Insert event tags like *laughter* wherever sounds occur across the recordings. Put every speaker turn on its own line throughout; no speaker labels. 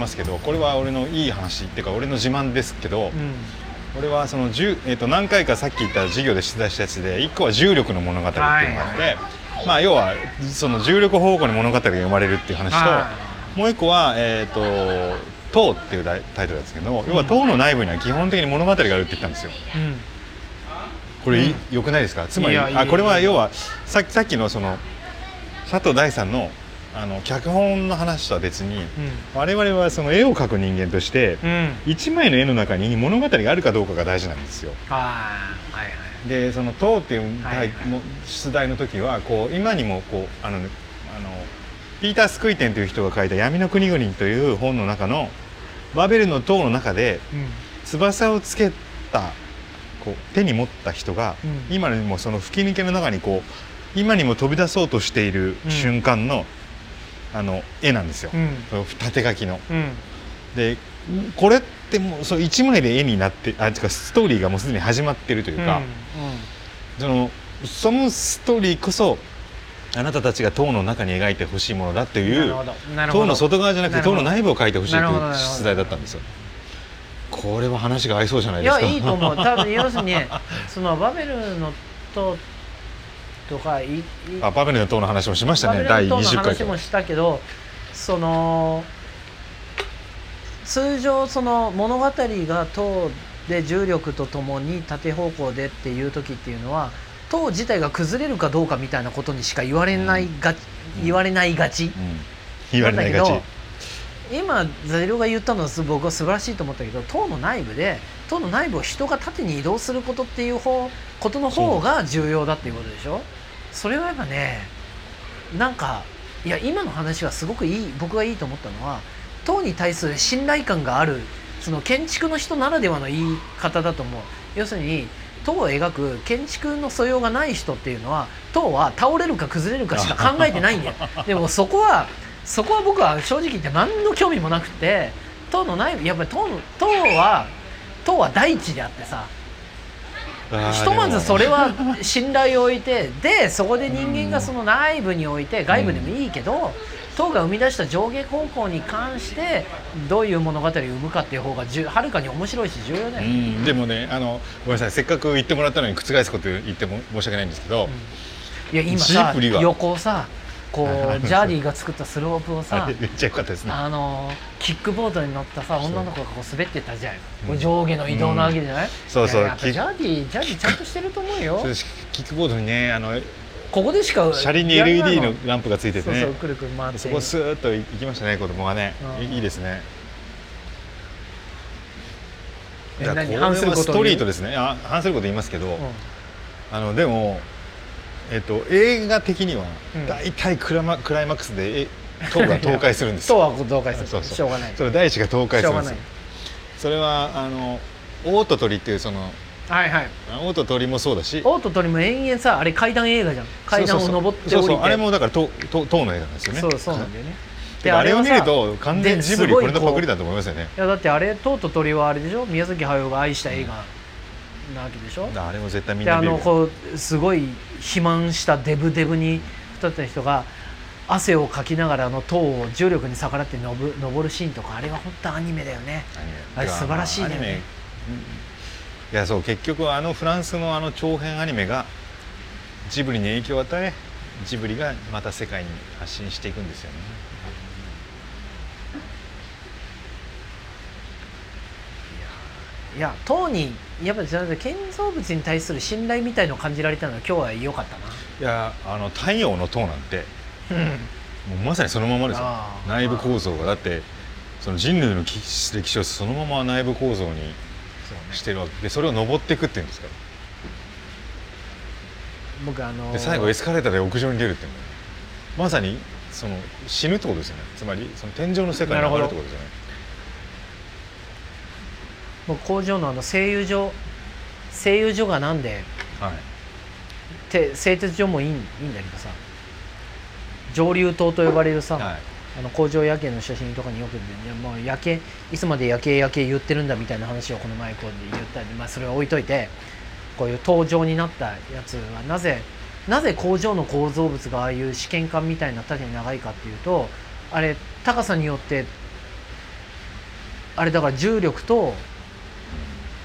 ますけどこれは俺のいい話っていうか俺の自慢ですけど、俺はその、重えっと何回かさっき言った授業で出題したやつで1個は重力の物語っていうのがあって、まあ、要はその重力方向に物語が生まれるっていう話と、
は
もう1個は、えっと「塔」っていうタイトルなんですけど要は塔の内部には基本的に物語があるって言ったんですよ。
うん
これ、い
うん
良くないですかつまり
いやいい
あこれは要はさっきさっきのその佐藤大さんのあの脚本の話とは別に、我々はその絵を描く人間として、
うんうん
一枚の絵の中に物語があるかどうかが大事なんですよ。
ああはいはい
でその「塔」っていう
はいはい
題も出題の時はこう今にもこうあのねあのピーター・スクイテンという人が書いた「闇の国々」という本の中のバベルの塔の中で
うん
翼をつけたこう手に持った人が、
うん
今にもその吹き抜けの中にこう今にも飛び出そうとしている
うん
瞬間の,、あの絵なんですよ、
うん
その縦書きの。
うん
でこれってもうそう一枚で絵になってあていうかストーリーがもうすでに始まってるというか、そのそのストーリーこそあなたたちが塔の中に描いてほしいものだと
うん
い
な
う
るほどなるほど
塔の外側じゃなくて
なる
塔
ほ
の
ど
内部を描いてほしいとい
なるほど
う
なるほど
出題だったんですよ。これは話が合いそうじゃない
い
です
や
か。
いいと思う多分要するにねそのバベルの塔とかいい
*laughs* あバベルの塔の話もしました
バ
ね
ベルの
第
塔の
20回
話
と
もしたけどその通常その物語が塔で重力とともに縦方向でっていう時っていうのは塔自体が崩れるかどうかみたいなことにしか言われないが、
うん
言われないがち
うん言われないがち
なんだけど今ザリロが言ったのはす僕は素晴らしいと思ったけど塔の内部で塔の内部を人が縦に移動することっていう方ことの方が重要だっていうことでしょそれはやっぱねなんかいや今の話はすごくいい僕がいいと思ったのは塔に対する信頼感があるその建築の人ならではの言い方だと思う要するに塔を描く建築の素養がない人っていうのは塔は倒れるか崩れるかしか考えてないんだよでもそこはそこは僕は正直言って何の興味もなくて塔のないやっぱり塔の塔は塔は大地であってさ
あー
ひとま
で
ず
も
それは
*laughs*
信頼を置いてでそこで人間がその内部に置いて外部でもいいけど党が生み出した上下方向に関してどういう物語を生むかっていう方がじゅはるかに面白いし重要だ
う
よね。
んでもねあのごめんなさいせっかく言ってもらったのに覆すこと言っても申し訳ないんですけど、
いや今
ジー
さ
プリが
横をさ
*laughs*
こ
はいはいう
ジャーディが作ったスロープを
あ
さ
れめっちゃ良かったですね。
あのキックボードに乗ったさ
そう
女の子がこう滑ってったじゃん
ん
これ上下の移動なわけじゃない、
そうそう
いややっぱ
キ
ジャーディジャーディちゃんとしてると思うよ
それキックボードにねあの
ここでしか
車輪に
やらない
LED
も
の
ん
ランプがついてて
そう
ね
そうくるくる回って
そこスーッと行きましたね子供がね
うん
いいいですね
え
いやこ
何
れは
反することを言う
ストリートですねあ反すること言いますけど、あのでも、えっと、映画的には
うん
大体クラマ、クライマックスでえ塔が倒壊するんです
*laughs* と
よ
はどうかする
そうそう
しょうがないし
それ第一が倒壊する
ょうんが
で
な
す
い
よそれはあのオート鳥っていうその
はいはい
オート鳥もそうだし
オート鳥も延々さあれ階段映画じゃん階段を登って
そ
降りて
うそうそうそうあれもだから塔塔塔の映画なんですよね
そうそうなんだよね
であれを見
さ
ると完全にジブリ
です
こ
ごい
れのパクリだと思いますよね
いやだってあれ「とうと鳥」はあれでしょ宮崎駿が愛した映画なわけでしょ、
だからあれも絶対みん
で
な
あ
見る
の
よ
こうすごい肥満したデブデブに太った人が汗をかきながらあの塔を重力に逆らってのぶ登るシーンとかあれは本当アニメだよね
アニメ
あれ素晴らしいね
アニメいやそう結局あのフランスのあの長編アニメがジブリに影響を与えジブリがまた世界に発信していくんですよね
いや塔にやっぱり建造物に対する信頼みたいのを感じられたのは今日は良かったない
やあの太陽の塔なんてもうまさにそのままですよ
あー
内部構造がだってその人類の歴史をそのまま内部構造にしてるわけでそれを登っていくっていうんですから
僕あの
で最後エスカレーターで屋上に出るっていうのまさにその死ぬってことですよねつまりその天井の世界に上がるってことですよね
もう工場のあの製油所製油所がなんで
はい
て製鉄所もいいんいいんだけどさ上流塔と呼ばれるさ、
はい
あの工場夜景の写真とかによく出ていやもう夜景いつまで夜景夜景言ってるんだみたいな話をこの前こうで言ったんで、まあ、それは置いといてこういう登場になったやつはなぜなぜ工場の構造物がああいう試験管みたいな縦に長いかっていうとあれ高さによってあれだから重力と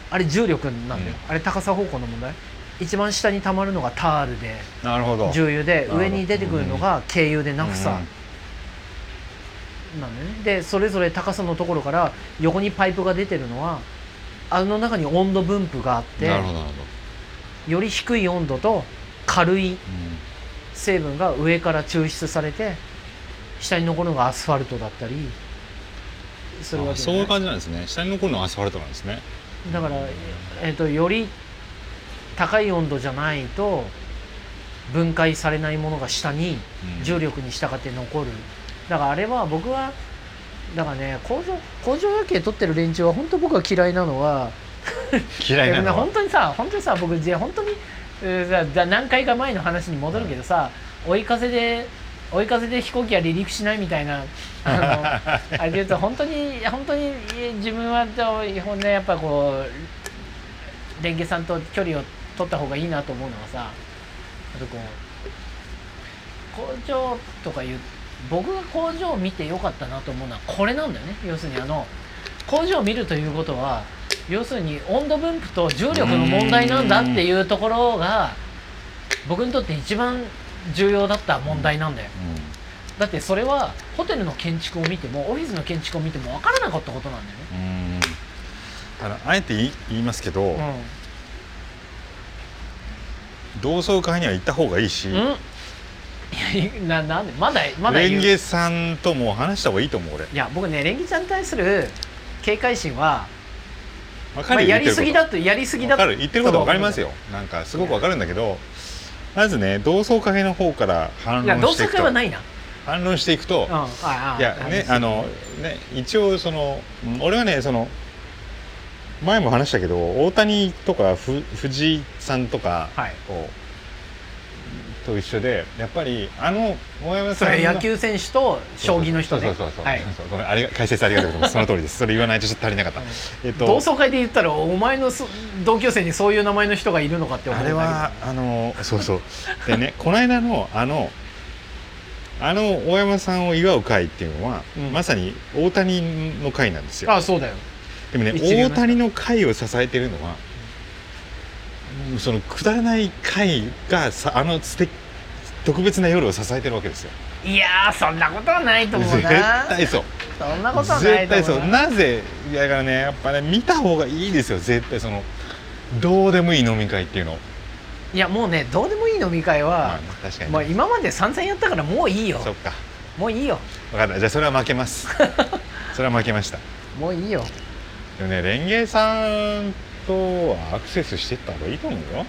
あれ重力なんだよ、あれ高さ方向の問題一番下に溜まるのがタールで
なるほど
重油で
なるほど
上に出てくるのが軽油でナフサなんだよねでそれぞれ高さのところから横にパイプが出てるのはあの中に温度分布があっ
うん
て
なるほどなるほど、
より低い温度と軽い
うん
成分が上から抽出されて下に残るのがアスファルトだったりするわ
あ
け
そういう感じなんですね下に残るのはアスファルトなんですね
だから、えっとより高い温度じゃないと分解されないものが下に
うん
重力に従って残るだからあれは僕はだからね工場工場夜景撮ってる連中は本当僕は嫌いなのは
嫌いなのは
本当にさ本当にさ僕じゃあ本当にえーさだ何回か前の話に戻るけどさ、追い風で追い風で飛行機は離陸しないみ
*laughs*
たいなあのあれで言うと本当に本当にえ自分は日本ねやっぱこうレンゲさんと距離を取った方がいいなと思うのはさあとこう工場とかいう僕が工場を見てよかったなと思うのはこれなんだよね要するにあの工場を見るということは要するに温度分布と重力の問題なんだっていうところが僕にとって一番重要だった問題なんだよだってそれはホテルの建築を見てもオフィスの建築を見ても分からなかったことなんだよね
うんうんあのあえて言い言いますけど、同窓会には行った方がいいし、
うん、うん、いやななんでまだまだ
レ
言
ン
う
ゲさんとも話した方がいいと思う俺
いや僕ねレンギちゃんに対する警戒心は、
わ
ま
か
あ、
るよ
やりすぎだ
言っ
とやりすぎ
てることわか
だと
る言ってることわかりますよなんかすごくわかるんだけどまずね同窓会の方から反
いや同
論して
窓
いく
会は
と
ないな、うん、
反論していくと、
ああ
いやねあのね一応そのうん俺はねその前も話したけど大谷とかふ藤井さんとか
はい
こうと一緒でやっぱりあの大山
そ
さん
れ
の
野球選手と将棋の人ね
そうそうそうそう
はい
そうごめんありが解説ありがとうございますその通りですそれ言わないとちょっと足りなかった、えっと
同窓会で言ったらお前のそ同級生にそういう名前の人がいるのかって思う
あ
んだけ
れ
ど
はあのそうそうでねこの間のあのあの大山さんを祝う会っていうのは、
うん
まさに大谷の会なんですよ
あそうだよ
でもね
一流の
大谷の会を支えてるのは、うんそのくだらない会がさあの素敵特別な夜を支えてるわけですよ
いやーそんなことはないと思う
絶
な
対そう
そんなことはない
絶
と
対そ
思
う
うな
なぜいやだからねやっぱね見た方がいいですよ絶対そのどうでもいい飲み会っていうの
いやもうねどうでもいい飲み会
ま
は
あ、確かに
もう今まで散々やったからもういいよ
そっか
もういいよ
分かったじゃあそれは負けますそれは負けました
もういいよ
でもねレンゲさんとはアクセスしてった方がいいと思うよ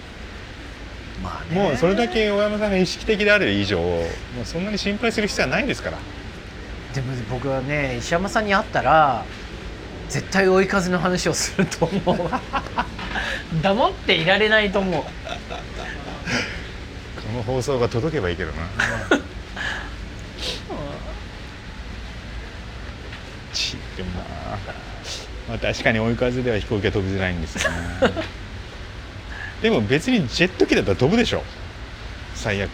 まあね
もうそれだけ大山さんが意識的である以上もうそんなに心配する必要はないですから
でも僕はね石山さんに会ったら絶対追い風の話をすると思う *laughs* 黙っていられないと思う
この放送が届けばいいけどなちっでもなまあ確かに追い風では飛行機は飛びづらいんですよねでも別にジェット機だったら飛ぶでしょ最悪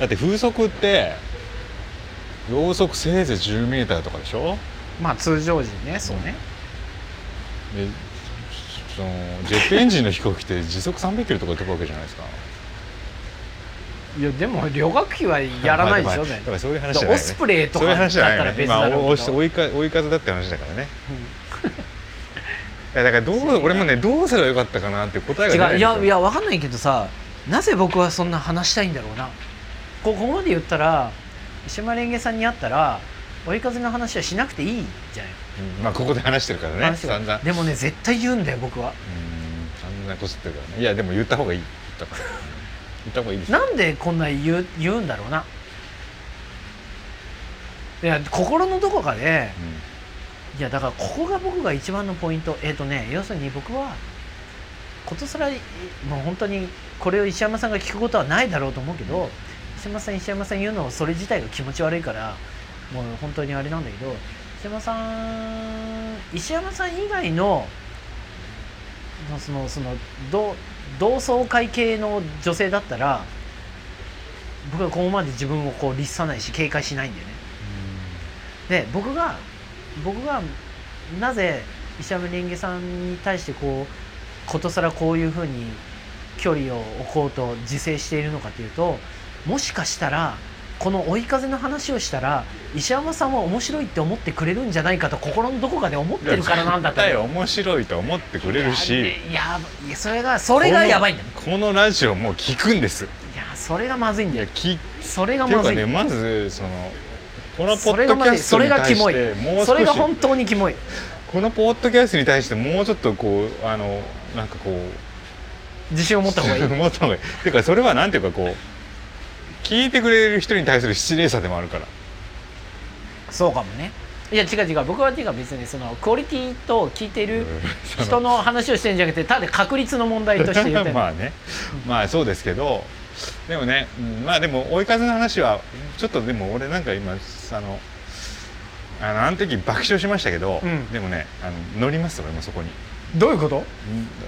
だって風速って秒速せいぜい10メーターとかでしょ
まあ通常時ねそうね、
でそのジェットエンジンの飛行機って時速300キロとかで飛ぶわけじゃないですか
いやでも旅客機はやらないでし
ま
ょ
あまあ
ね
まあそういう話じゃない、ね、
オスプレイとか
そういう話じゃないよ
だったら別
ね、ま
だ
あ、
ろうけ
お
ど
おし追いか追い風だって話だからねいやだからどう俺もねどうすればよかったかなって答えが出
違うい
ないん
や
ですよ
いやわかんないけどさなぜ僕はそんな話したいんだろうなこここまで言ったら石丸蓮華さんに会ったら追い風の話はしなくていいじゃない
うんまあここで話してるからね
話
散々
は
うん
でもね絶対言うんだよ僕は
散々こすってるからねいやでも言った方がいい言ったから言った方がいいですよ
なんでこんな言う言うんだろうないや心のどこかでいやだからここが僕が一番のポイントえっ、とね要するに僕はことさらいもう本当にこれを石山さんが聞くことはないだろうと思うけど、石山さん石山さん言うのそれ自体が気持ち悪いからもう本当にあれなんだけど石山さん石山さん以外ののそのその同同窓会系の女性だったら僕はここまで自分をこう律さないし警戒しないんだよね。で僕が僕がなぜ石山蓮華さんに対してこうことさらこういうふうに距離を置こうと自制しているのかというともしかしたらこの追い風の話をしたら石山さんは面白いって思ってくれるんじゃないかと心のどこかで思ってるからなんだと
絶対
思う
面白いと思ってくれるし
いやいやそれがそれがやばいんだよ
このこのラジオもう聞くんです
いやそれがまずいん
い
だ
や
よ
聞
それが
っていう
まず
か
いんだ
ね
よ
まずそのこのポ
そ
ッ
れ
ド
が
キ
まず
ャ
い
ス
そ
ト
れ
に
が
対
キモ
し
い
てもう
それ
少
が
し
本当にキモい
このポッドキャストに対してもうちょっとこうあのなんかこう
自信を持った方がいい
*laughs* 持った方がいいてかそれはなんていうかこう聞いてくれる人に対する失礼さでもあるから
そうかもねいや違う違う僕はっていうか別にそのクオリティと聞いてる人の話をしてるんじゃなくてただ確率の問題として言って
*laughs*
る、
まあねまあそうですけどでもね、うんまあでも追い風の話はちょっとでも俺なんか今あのあのあの時爆笑しましたけど、
うん
でもねあの乗ります俺もそこに
どういうこと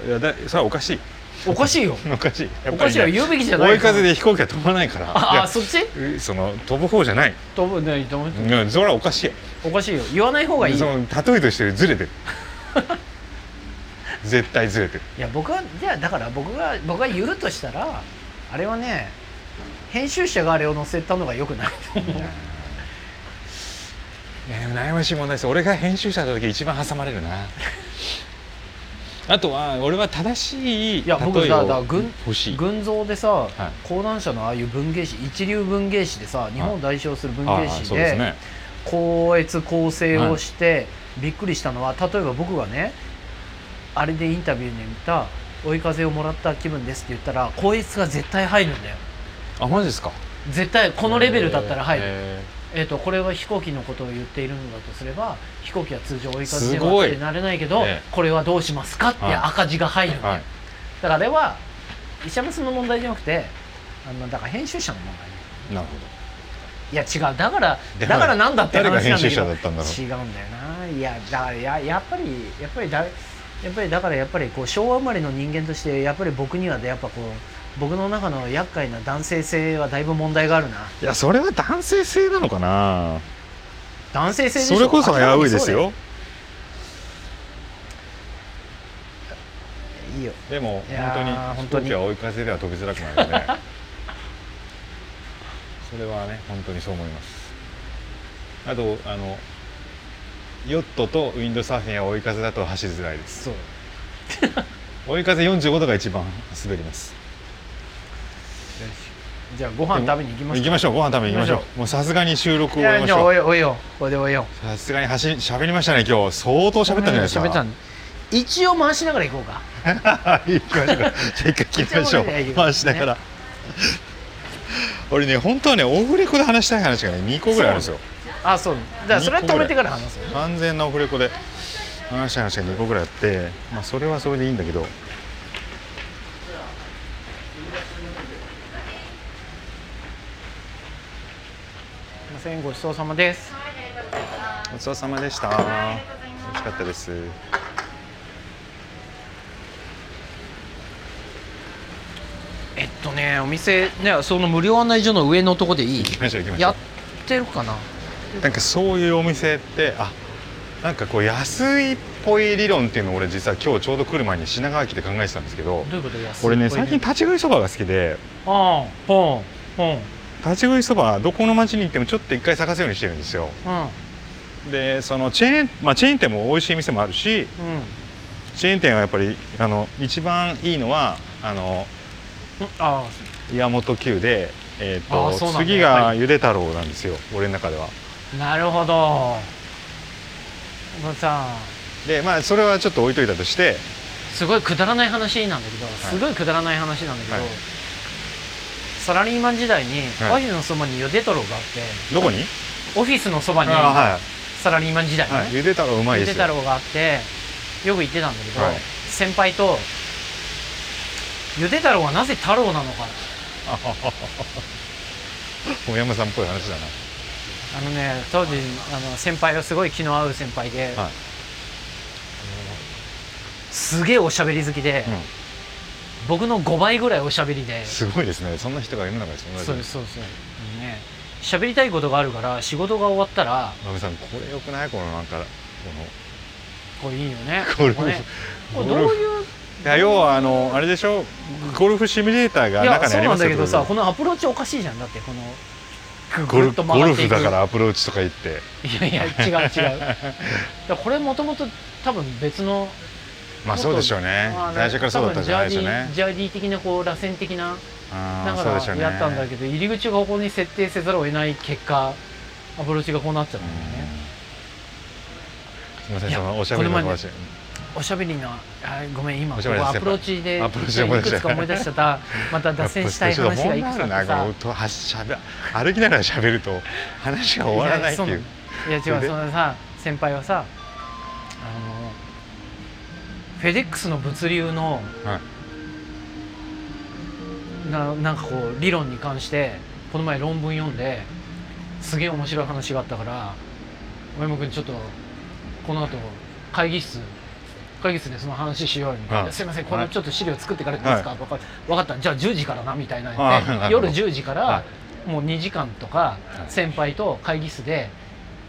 うんいやだそれはおかしい *laughs*
おかしいよ
おかしいや
お
っぱ
か
り
しいよ
ね、
言うべきじゃない
追い風で飛行機は飛ばないからい
ああ
や
そっち
うその飛ぶ方じゃない、
飛ぶね飛ぶ
うん、それはおかしい
おかしいよ言わない方がいい
そ
よ
の例えとしてずれて *laughs* る絶対ずれてる
いや僕はじゃあだから僕が僕が言うとしたらあれはね編集者があれを載せたのがよく
*laughs*
ないと思う
いやでも悩ましい問題です俺が編集者だ時一番挟まれるなあとは俺は正しい
いや僕
例え
さだから
を
群
欲しい
群像でさ、
はい
講談社のああいう文芸誌一流文芸誌でさ日本を代表する文
あ
芸
あ
誌
そう
で,、
ですね
高越構成をして、びっくりしたのは例えば僕がねあれでインタビューで見た「追い風をもらった気分です」って言ったら高越が絶対入るんだよ
あマジですか
絶対このレベルだったら入る、えっ
え
とこれは飛行機のことを言っているのだとすれば飛行機は通常追い風です
ご
はいってなれないけど、
ええ
これはどうしますかって
はい
赤字が入るん
ー
だよ、
はい
だからあれは石山さんの問題じゃなくてあのだから編集者の問題
なる
いや違うだから
で
だからなんだって話
誰
なん
が
だけど
編集者だったんだろう
違うんだよないやだからややっぱりやっぱりだやっぱりだからやっぱりこう昭和生まれの人間としてやっぱり僕にはやっぱこう僕の中の厄介な男性性はだいぶ問題があるな
ほどいやそれは男性性なのかな
男性性でしょ
それこそ危ういですよ
いいよ
でも
いやー
本
本
当
当
に
に
飛行機は追い風では飛びづらくなるので
*laughs*
それはね本当にそう思いますあとあのヨットとウィンドサーフィンは追い風だと走りづらいです
そう
追い風45度が一番滑ります
じゃあご飯食べに行きま
行
し
き
ょ
ましょうご飯食べに行きましょ
行きま
うもうさすがに収録
う
を
い
終え
や
まし
じゃあ
ょ
お
う
いおいよこれでおいよ
さすがに走しゃべりましたね今日相当喋ったんじゃないですか *laughs*
喋ったん一応回しながら行こうか
行きましょうか。じゃあ一回切りましょう
一応ね。
回しながら。俺ね、本当はね、オフレコで話したい話がね、2個ぐらいあるんですよ。
あそうじゃあそれは止めてから話そう
完全なオフレコで話したい話が2個ぐらいあって、まあ、それはそれでいいんだけど。
すいませんごちそうさまです
ごちそうさまでした。美味しかったです。
えっとねお店ねその無料案内所の上のとこでいい
行きましょう、行きましょ
やっ
う。
てるかな
なんかそういうお店って、あなんかこう安いっぽい理論っていうのを俺実は今日ちょうど来る前に品川駅で考えてたんですけど
どういうこと安い
俺ね
これ
最近立ち食いそばが好きで
ああポンポン
立ち食いそばどこの町に行ってもちょっと一回探すようにしてるんですよ
うん
でそのチェーン、まあ、チェーン店も美味しい店もあるし
うん
チェーン店はやっぱりあの一番いいのはあの
あ
岩本急で、えー
あ
と
ーそうなんだ
次
やっぱ
が
り
ゆで太郎なんですよ俺の中では
あなるほどもうさ
でまあそれはちょっと置いといたとして
すごいくだらない話なんだけど、すごいくだらない話なんだけど、
はい
サラリーマン時代に、
はい
オフィスのそばにゆで太郎があっ
どこに
てオフィスのそば
あ
に
は
サラリーマン時代
い、
にね、
はい、ゆで太郎うまい
ゆ
で
で
す
太
よ
郎があってよく行ってたんだけど、
はい
先輩と「ゆで太郎はなぜ太郎なのか」
小山さんっぽい話だ
あのね当時あの先輩はすごい気の合う先輩で、
な、はい
すげえおしゃべり好きで、
う
僕の5倍ぐらいおしゃべりで
ん、すごいですねそんな人が世の中でそんな
そうですそうですあのね喋りたいことがあるから仕事が終わったら
小山さんこれよくないこのなんかこの
こいいよね
ゴル
こ
フ
こねこれ
ゴ
どう
ルフ
いう
いや要はあのあれでしょゴルフシミュレーターが
いや
中に
そ
あ
う
り
な
ま
ん
す
だ
よ
けどさ
ゴ
このアプローチおかしいじゃんだってこの
ル
ぐるっと回
ゴル
ってい
フ
く
だからアプローチとか言って
いやいや違う違うだからこれもともと多分別の
まあそうでしょうね
まあ
最初からそうだったんじゃないでしょう
多
ね
分ジャーディージャーディー的なこう螺旋的なだ
あ
か
あそうでしょう
ら
ね
やったんだけど、入り口がここに設定せざるを得ない結果アプローチがこうなっちゃったんだよね、
すみません
いや
そのおしゃべりの
この前
話
おしゃべりなあごめん今
お
こ
しゃべり
こ
な
アプローチで
アプローチで思い
い
出し
く
ちゃう
つか思い出しちゃったまた脱線したい話がいくつかあって
やっぱり
さ
ちょっと問題あるなこうはしゃべ歩きながらしゃべると話が終わらないっていう
いや違う
それで
そのさ先輩はさあのフェデックスの物流の
はい
ななんかこう理論に関してこの前論文読んですげえ面白い話があったから上山君ちょっとこの後会議室会議室でその話しようよみたい
は
ないすいませんこのちょっと資料作ってからですか」
はい
とか「分かったじゃあ10時からな」みたいな
あ
言って
なるほど
夜10時か
は
らもう2時間とか
はい
先輩と会議室で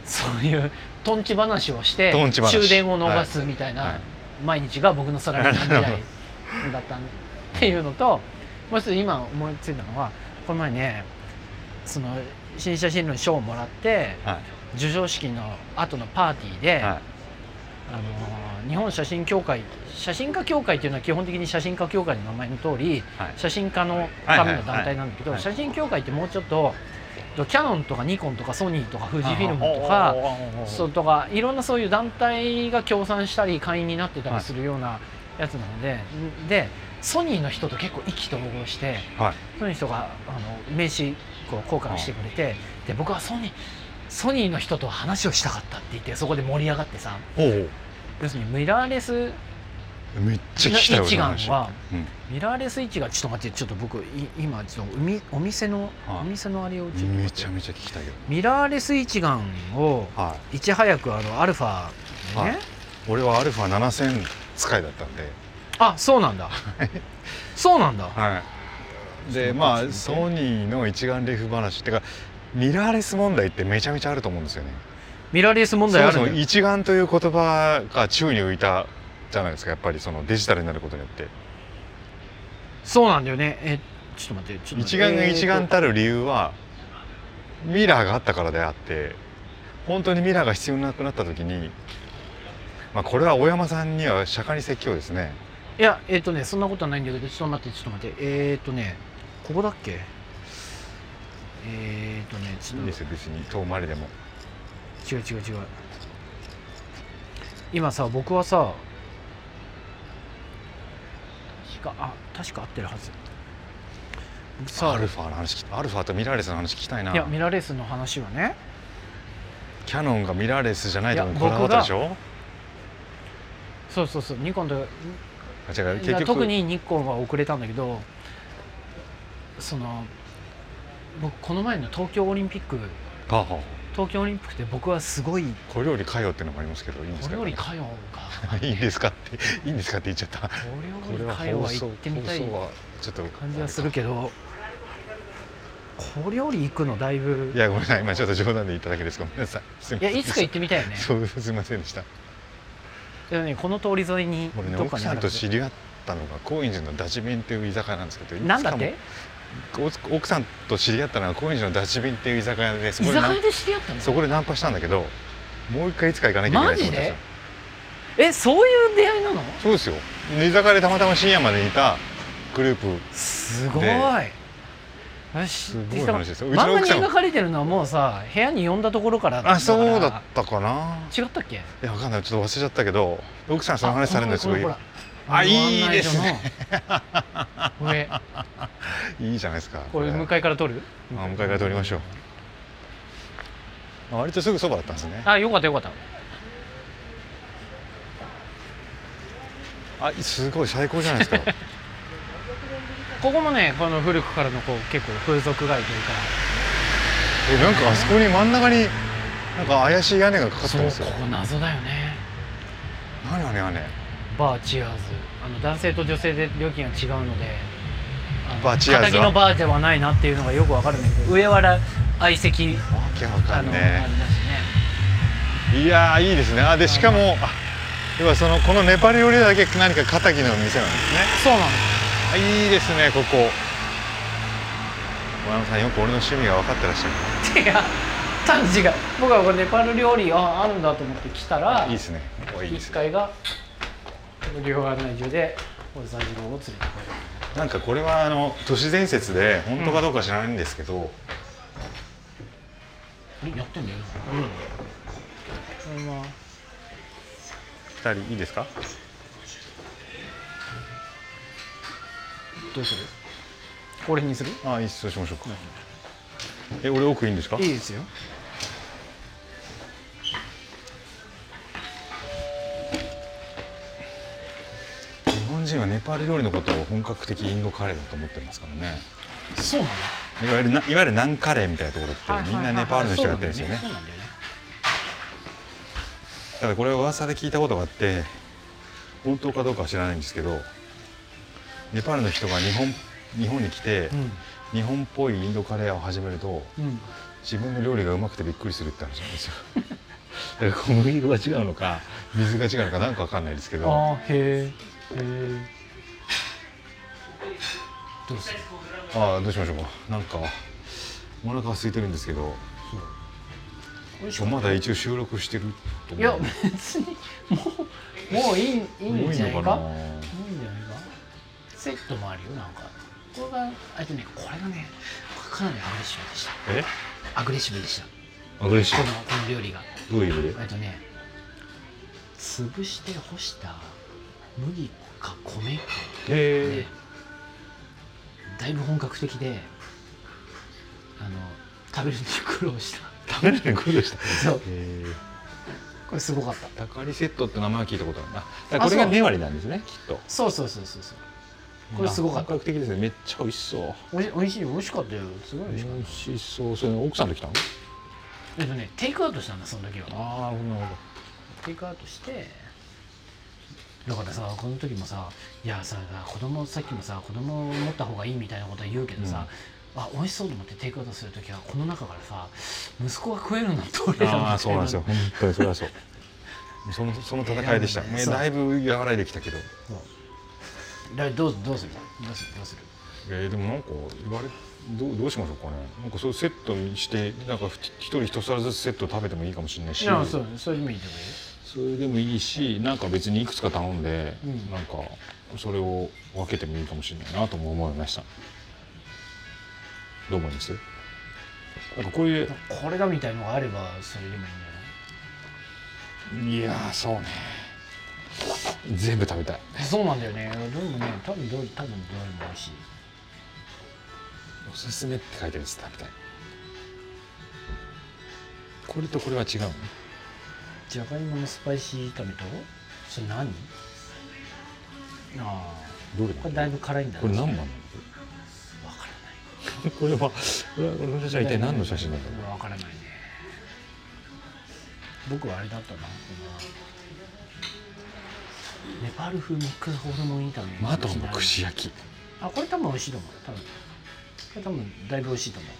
そういうとんち話をして
とんち話
終電を逃すみた
は
い
いは
ない毎日が僕のサラリーマン時代だったんでっていうのともう一つ今思いついたのはこの前ねその新写真の賞をもらって
は
授賞式の後のパーティーで、
いは
あのー日本写真協会写真家協会というのは基本的に写真家協会の名前の通り
はい
写真家のための団体な
はいはいはい
んだけ
は
ど
い
写真協会ってもうちょっとキャノンとかニコンとかソニーとか
い
富士フィルムと
あ
か
おーおーおー
そうとかいろんなそういう団体が協賛したり会員になってたりするようなやつなので、でソニーの人と結構意気投合して
はい
ソニーの人があの名刺こう交換してくれてで僕はソニーソニーの人と話をしたかったって言ってそこで盛り上がってさ
おー
要するにミラーレス
めっちゃ聞きたい
一
俺
眼
の話
は
うん
ミラーレス位置がちょっと待ってちょっと僕い今ちょっとおみお店の、
はい
お店のあれをちょっと
め
待
ち
っ
ゃ
て
めちゃ聞きたいけど
ミラーレス一眼を
はい
いち早くあのアルファでね、
はい俺はアルファ7000使いだったんで
あそうなんだそうなんだ
はいで
その
ま
パ
あ
ーツ見て
ソニーの一眼レフ話ってかミラーレス問題ってめちゃめちゃあると思うんですよね
ミラーレス問題ある
そ
ん
も
だ
そも
よ
一眼という言葉が宙に浮いたじゃないですかやっぱりそのデジタルになることによって
そうなんだよねえちょっと待ってちょっと
一
待って
眼が一眼
えーと
たる理由はミラーがあったからであって本当にミラーが必要なくなった時に、まあ、これは大山さんには釈迦に説教ですね
いやえっ、とねそんなことはないんだけどちょっと待ってちょっと待ってえっ、とねここだっけえっ、とねち
い
ょっ
い
と
ですよ別に遠回りでも
違う違う違う今さ僕はさ確かあ確か合ってるはず僕さ
アルファの話聞きアルファとミラーレスの話聞きたいない
やミラーレースの話はね
キャノンがミラーレスじゃないとこ
い
に
や
こだわったでしょ
そうそうそうニコンと
あ違う
い
結
や
局
特に日光は遅れたんだけどその僕この前の東京オリンピック
はあはあ
東京オリンピックって僕はすごい
小料理かよっていうのもありますけどいいんです
こ
か
れよりかよが
*laughs* いいんですかっていいんですかって言っちゃった
これよりかよは行ってみたい
放送はちょっと
感じはするけどこれより行くのだいぶ
いやごめんなさい今ちょっと冗談で言っただけですごめんなさいすみ
い
ま
や
せん
いつか行ってみたいよね
そうすみませんでした
でもねこの通り沿いに
俺ね
どっ
奥
かにあ
さん
る
と知り合ったのが高円寺のダチ弁っていう居酒屋なんですけどいつかも
なんだって
お奥さんと知り合ったのが高円寺のダチ弁っていう居酒屋でそ
居
こ
酒
で
屋で知り合ったの
そこでナンパしたんだけどもう一回いつか行かなきゃいけないと思って
マジでえそういう出会いなの
そうですよ居酒屋でたまたま深夜までいたグループ
すごい
で
よし
すごい
実は
話ですようちの
漫画
奥
に
さん
描かれてるのはもうさ部屋に呼んだところから
あそうだ
か
ったかな
ら違ったっけ
いやわかんないちょっと忘れちゃったけど奥さんその話されるんですすごい
このほら
あ
あの
いいですね
案内所の上
いいじゃないですか *laughs*
これ向
向か
かいから撮る
向かいから撮りましょう割とすぐそばだったんですね
あよかったよかった
あすごい最高じゃないですか *laughs*
ここもねこの古くからのこう結構風俗街というか
えなんかあそこに真ん中になんか怪しい屋根がかかって
そ
るん
う
ですよ
ここ謎だよね
何あれ屋根
バーチアーズあの男性と女性で料金が違うのであの
バーチアーズは
敵のバーではないなっていうのがよくわかるんだけど上は相席
わけわか
あ
ん
の、
ね
あれだしね
いやーいいですねあでしかもあ要はそのこのネパル料理だけ何か肩着の店なんですね
そうなの
あいいですねここ小山さんよく俺の趣味が分かってらっしゃる
違う単に違う僕はこれネパル料理ああるんだと思って来たら
いいですねおいいです
1
ね
階がこの両案内所で小田三次郎を連れてこ
なんかこれはあの都市伝説で本当かどうか知らないんですけど、
れるやってんだようんまあ
二人いいですか
どうするこれにする
ああいいっすそうしましょうかえ俺奥いいんですか
いいですよ
日本人はネパール料理のことを本格的インドカレーだと思ってますからね
そうな
い
の
わゆるないわゆるナンカレーみたいなところってみんなネパールの人がやってるんですよね
そうなんだよね
ただこれは噂で聞いたことがあって本当かどうかは知らないんですけどネパールの人が日本日本に来て、日本っぽいインドカレーを始めると
うん、うん、
自分の料理がうまくてびっくりするって話なんです *laughs* よだから小麦粉が違うのか水が違うのかなんかわかんないですけど
あーへえへえどうする
ああどうしましょうかなんかお腹が空いてるんですけど
美味し
今日まだ一応収録してると思
いや
う
別にもうもういいいい
も
ん
ういい
じゃ
の
ない
か
か
ない
いんじゃないかセットもあるよなんかこれがあれとねこれがねこれかなりアグレッシブでし
え
たアグレッシブでした
アグレッシ
こ
ブ
のこの料理が
どういう意味で
えっとね潰して干した麦か米か
へ
ねだいぶ本格的であの食べるのに苦労した
食べるのに苦労した
そう
え
これすごかった
タカリセットって名前は聞いたことあるなだから
あ
これが
そう
ネワリなんですねきっと
そうそうそうそうそうこれすごかった
本格的ですねめっちゃ美味しそう
おいしおいしい美味しかったよすごい美味しかっ
美味しそうそれ奥さんと来たの
たえっとねテイクアウトしたんだその時は
ああなるほどなるほ
テイクアウトしてだからさこの時もさいやさ子供さっきもさ子供を持った方がいいみたいなことは言うけどさ、あ美味しそうと思ってテイクアウトする時はこの中からさ息子が食えるのと俺
ど
ら
ああ
みた
そ
いう
なんですよ本当にそれはそうそのその戦いでした、
いや
ね、だいぶ和らいできたけど
そうだからどうどうするどうするどうする
えー、でもなんか言われどうどうしましょうかねなんかそういうセットにしてなんかふ一人一皿ずつセット食べてもいいかもしれないし
いやそうそれでもいいと思うよ
それでもいいしなんか別にいくつか頼んで、
うん
なんかそれを分けてもいいかもしれないなとも思いましたどう思いますなんかこういう
これだみたいのがあればそれでもいいんだよ
いやーそうね全部食べたい
そうなんだよねどれもね多分どれ多分どれも美味しい
おすすめって書いてるやつ食べたいこれとこれは違うの
じゃがいものスパイシー炒めとそれ何あ
どれ
あ
だ
これだいぶ辛いんだ
これ何番
わ
なの
からない
*laughs* これはこれはこの写真は一体何の写真なんだろう
わからないね僕はあれだったなこのネパール風ミックスホルモン炒め
マトンの串焼き
あこれ多分美味しいと思う多分これ多分だいぶ美味しいと思う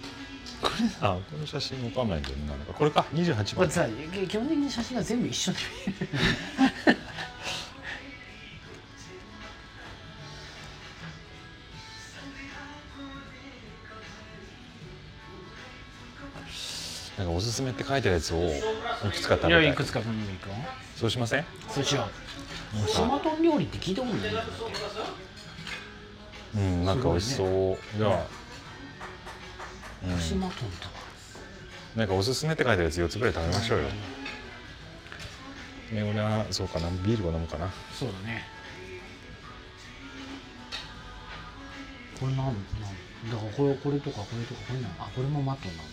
これさこの写真わかんないんだよねなんかこれか28
これ
番
さ基本的に写真が全部一緒に見 *laughs* える
なんかおすすめって書いてるやつをいくつか食べたい
つか頼んでいくよ
そうしません
そうしよ
なん
うシマ
か
トン料理って聞いたことないんだよだって
うんなんか美味しそう、じゃあ、
シ
うん
マトンとは
なんかおすすめって書いてるやつ4つぐらい食べましょうよ、ね、俺はそうかなビールを飲むかな
そうだねこれなんなんだからこれこれとかこれとかこれなんあこれもマトンなん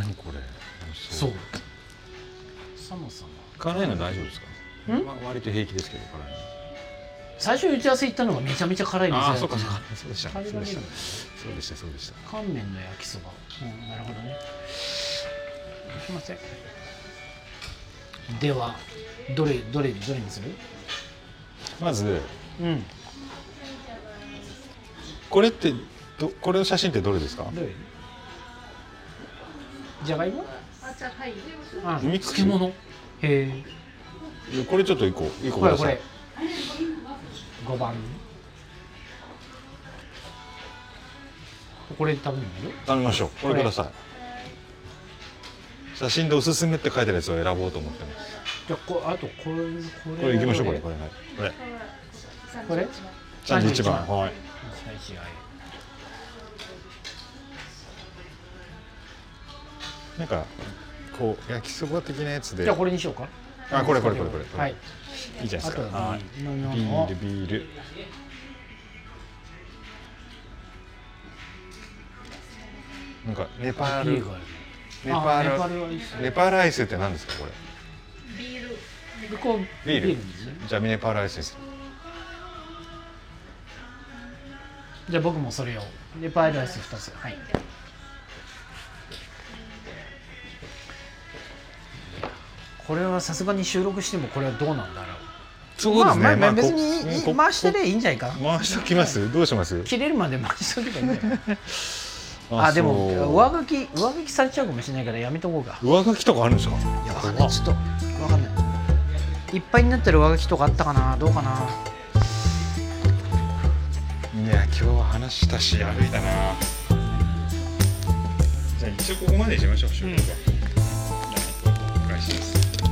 だ
何
ね
これ美味し
そうそもそも
辛いの大丈夫ですか
ん
わ割と平気ですけど辛いの
最初打ち合わせ行ったのがめちゃめちゃ辛い店
あ
だ
あ
っ
そう
た
かそうか
の
そうでしたそう
食べ
で
られ
し
る
た
の
そうでしたそうでした
乾麺の焼きそばうんなるほどねすいませんではどれどれどれにする
まず
うん
これってどこれの写真ってどれですか
どれじゃがいも
あ、じゃあはい。
あ
ミックス
漬物へえ
やこれちょっと一個一個く
ほら
だ
こ
さ
れ
い
5番これ頼むよ
頼みましょうこれください写真でおすすめって書いてるやつを選ぼうと思ってます
じゃあこあとこれ
こ
これ
れ行きましょうこれ
こ
こ
れ
れはいこれ
これ
31番
31番
はい
最新アイ
なんかこう焼きそば的なやつで
じゃあこれにしようか
あこれこれこれこれ
はい
いいじゃない
あ
で
と
すかは
はい飲み
ビ
物
ー
を
ルビールなんかネパール
いい
ネ
から
パール
あネパールはいいっすね
ネパールアイスって何ですかこれ
でこう
ビール
ですね
じゃあネパールアイスです
じゃあ僕もそれをでパイルアイス2つはいこれはさすがに収録してもこれはどうなんだろう
そうですね
まあまあ、
まあ
別にいい
ここ
回してでいいんじゃないかな
回しときますどうします
切れるまで回しとけばいいんじゃな
*laughs*
いかなあで
そう
も上書き上書きされちゃうかもしれないからやめとこうか
上書きとかあるんですか
いやわかんないちょっとわかんないいっぱいになってる上書きとかあったかなどうかない
や今日は話したし歩いたなじゃあ一応ここまでにしましょう収録は、はいお願いします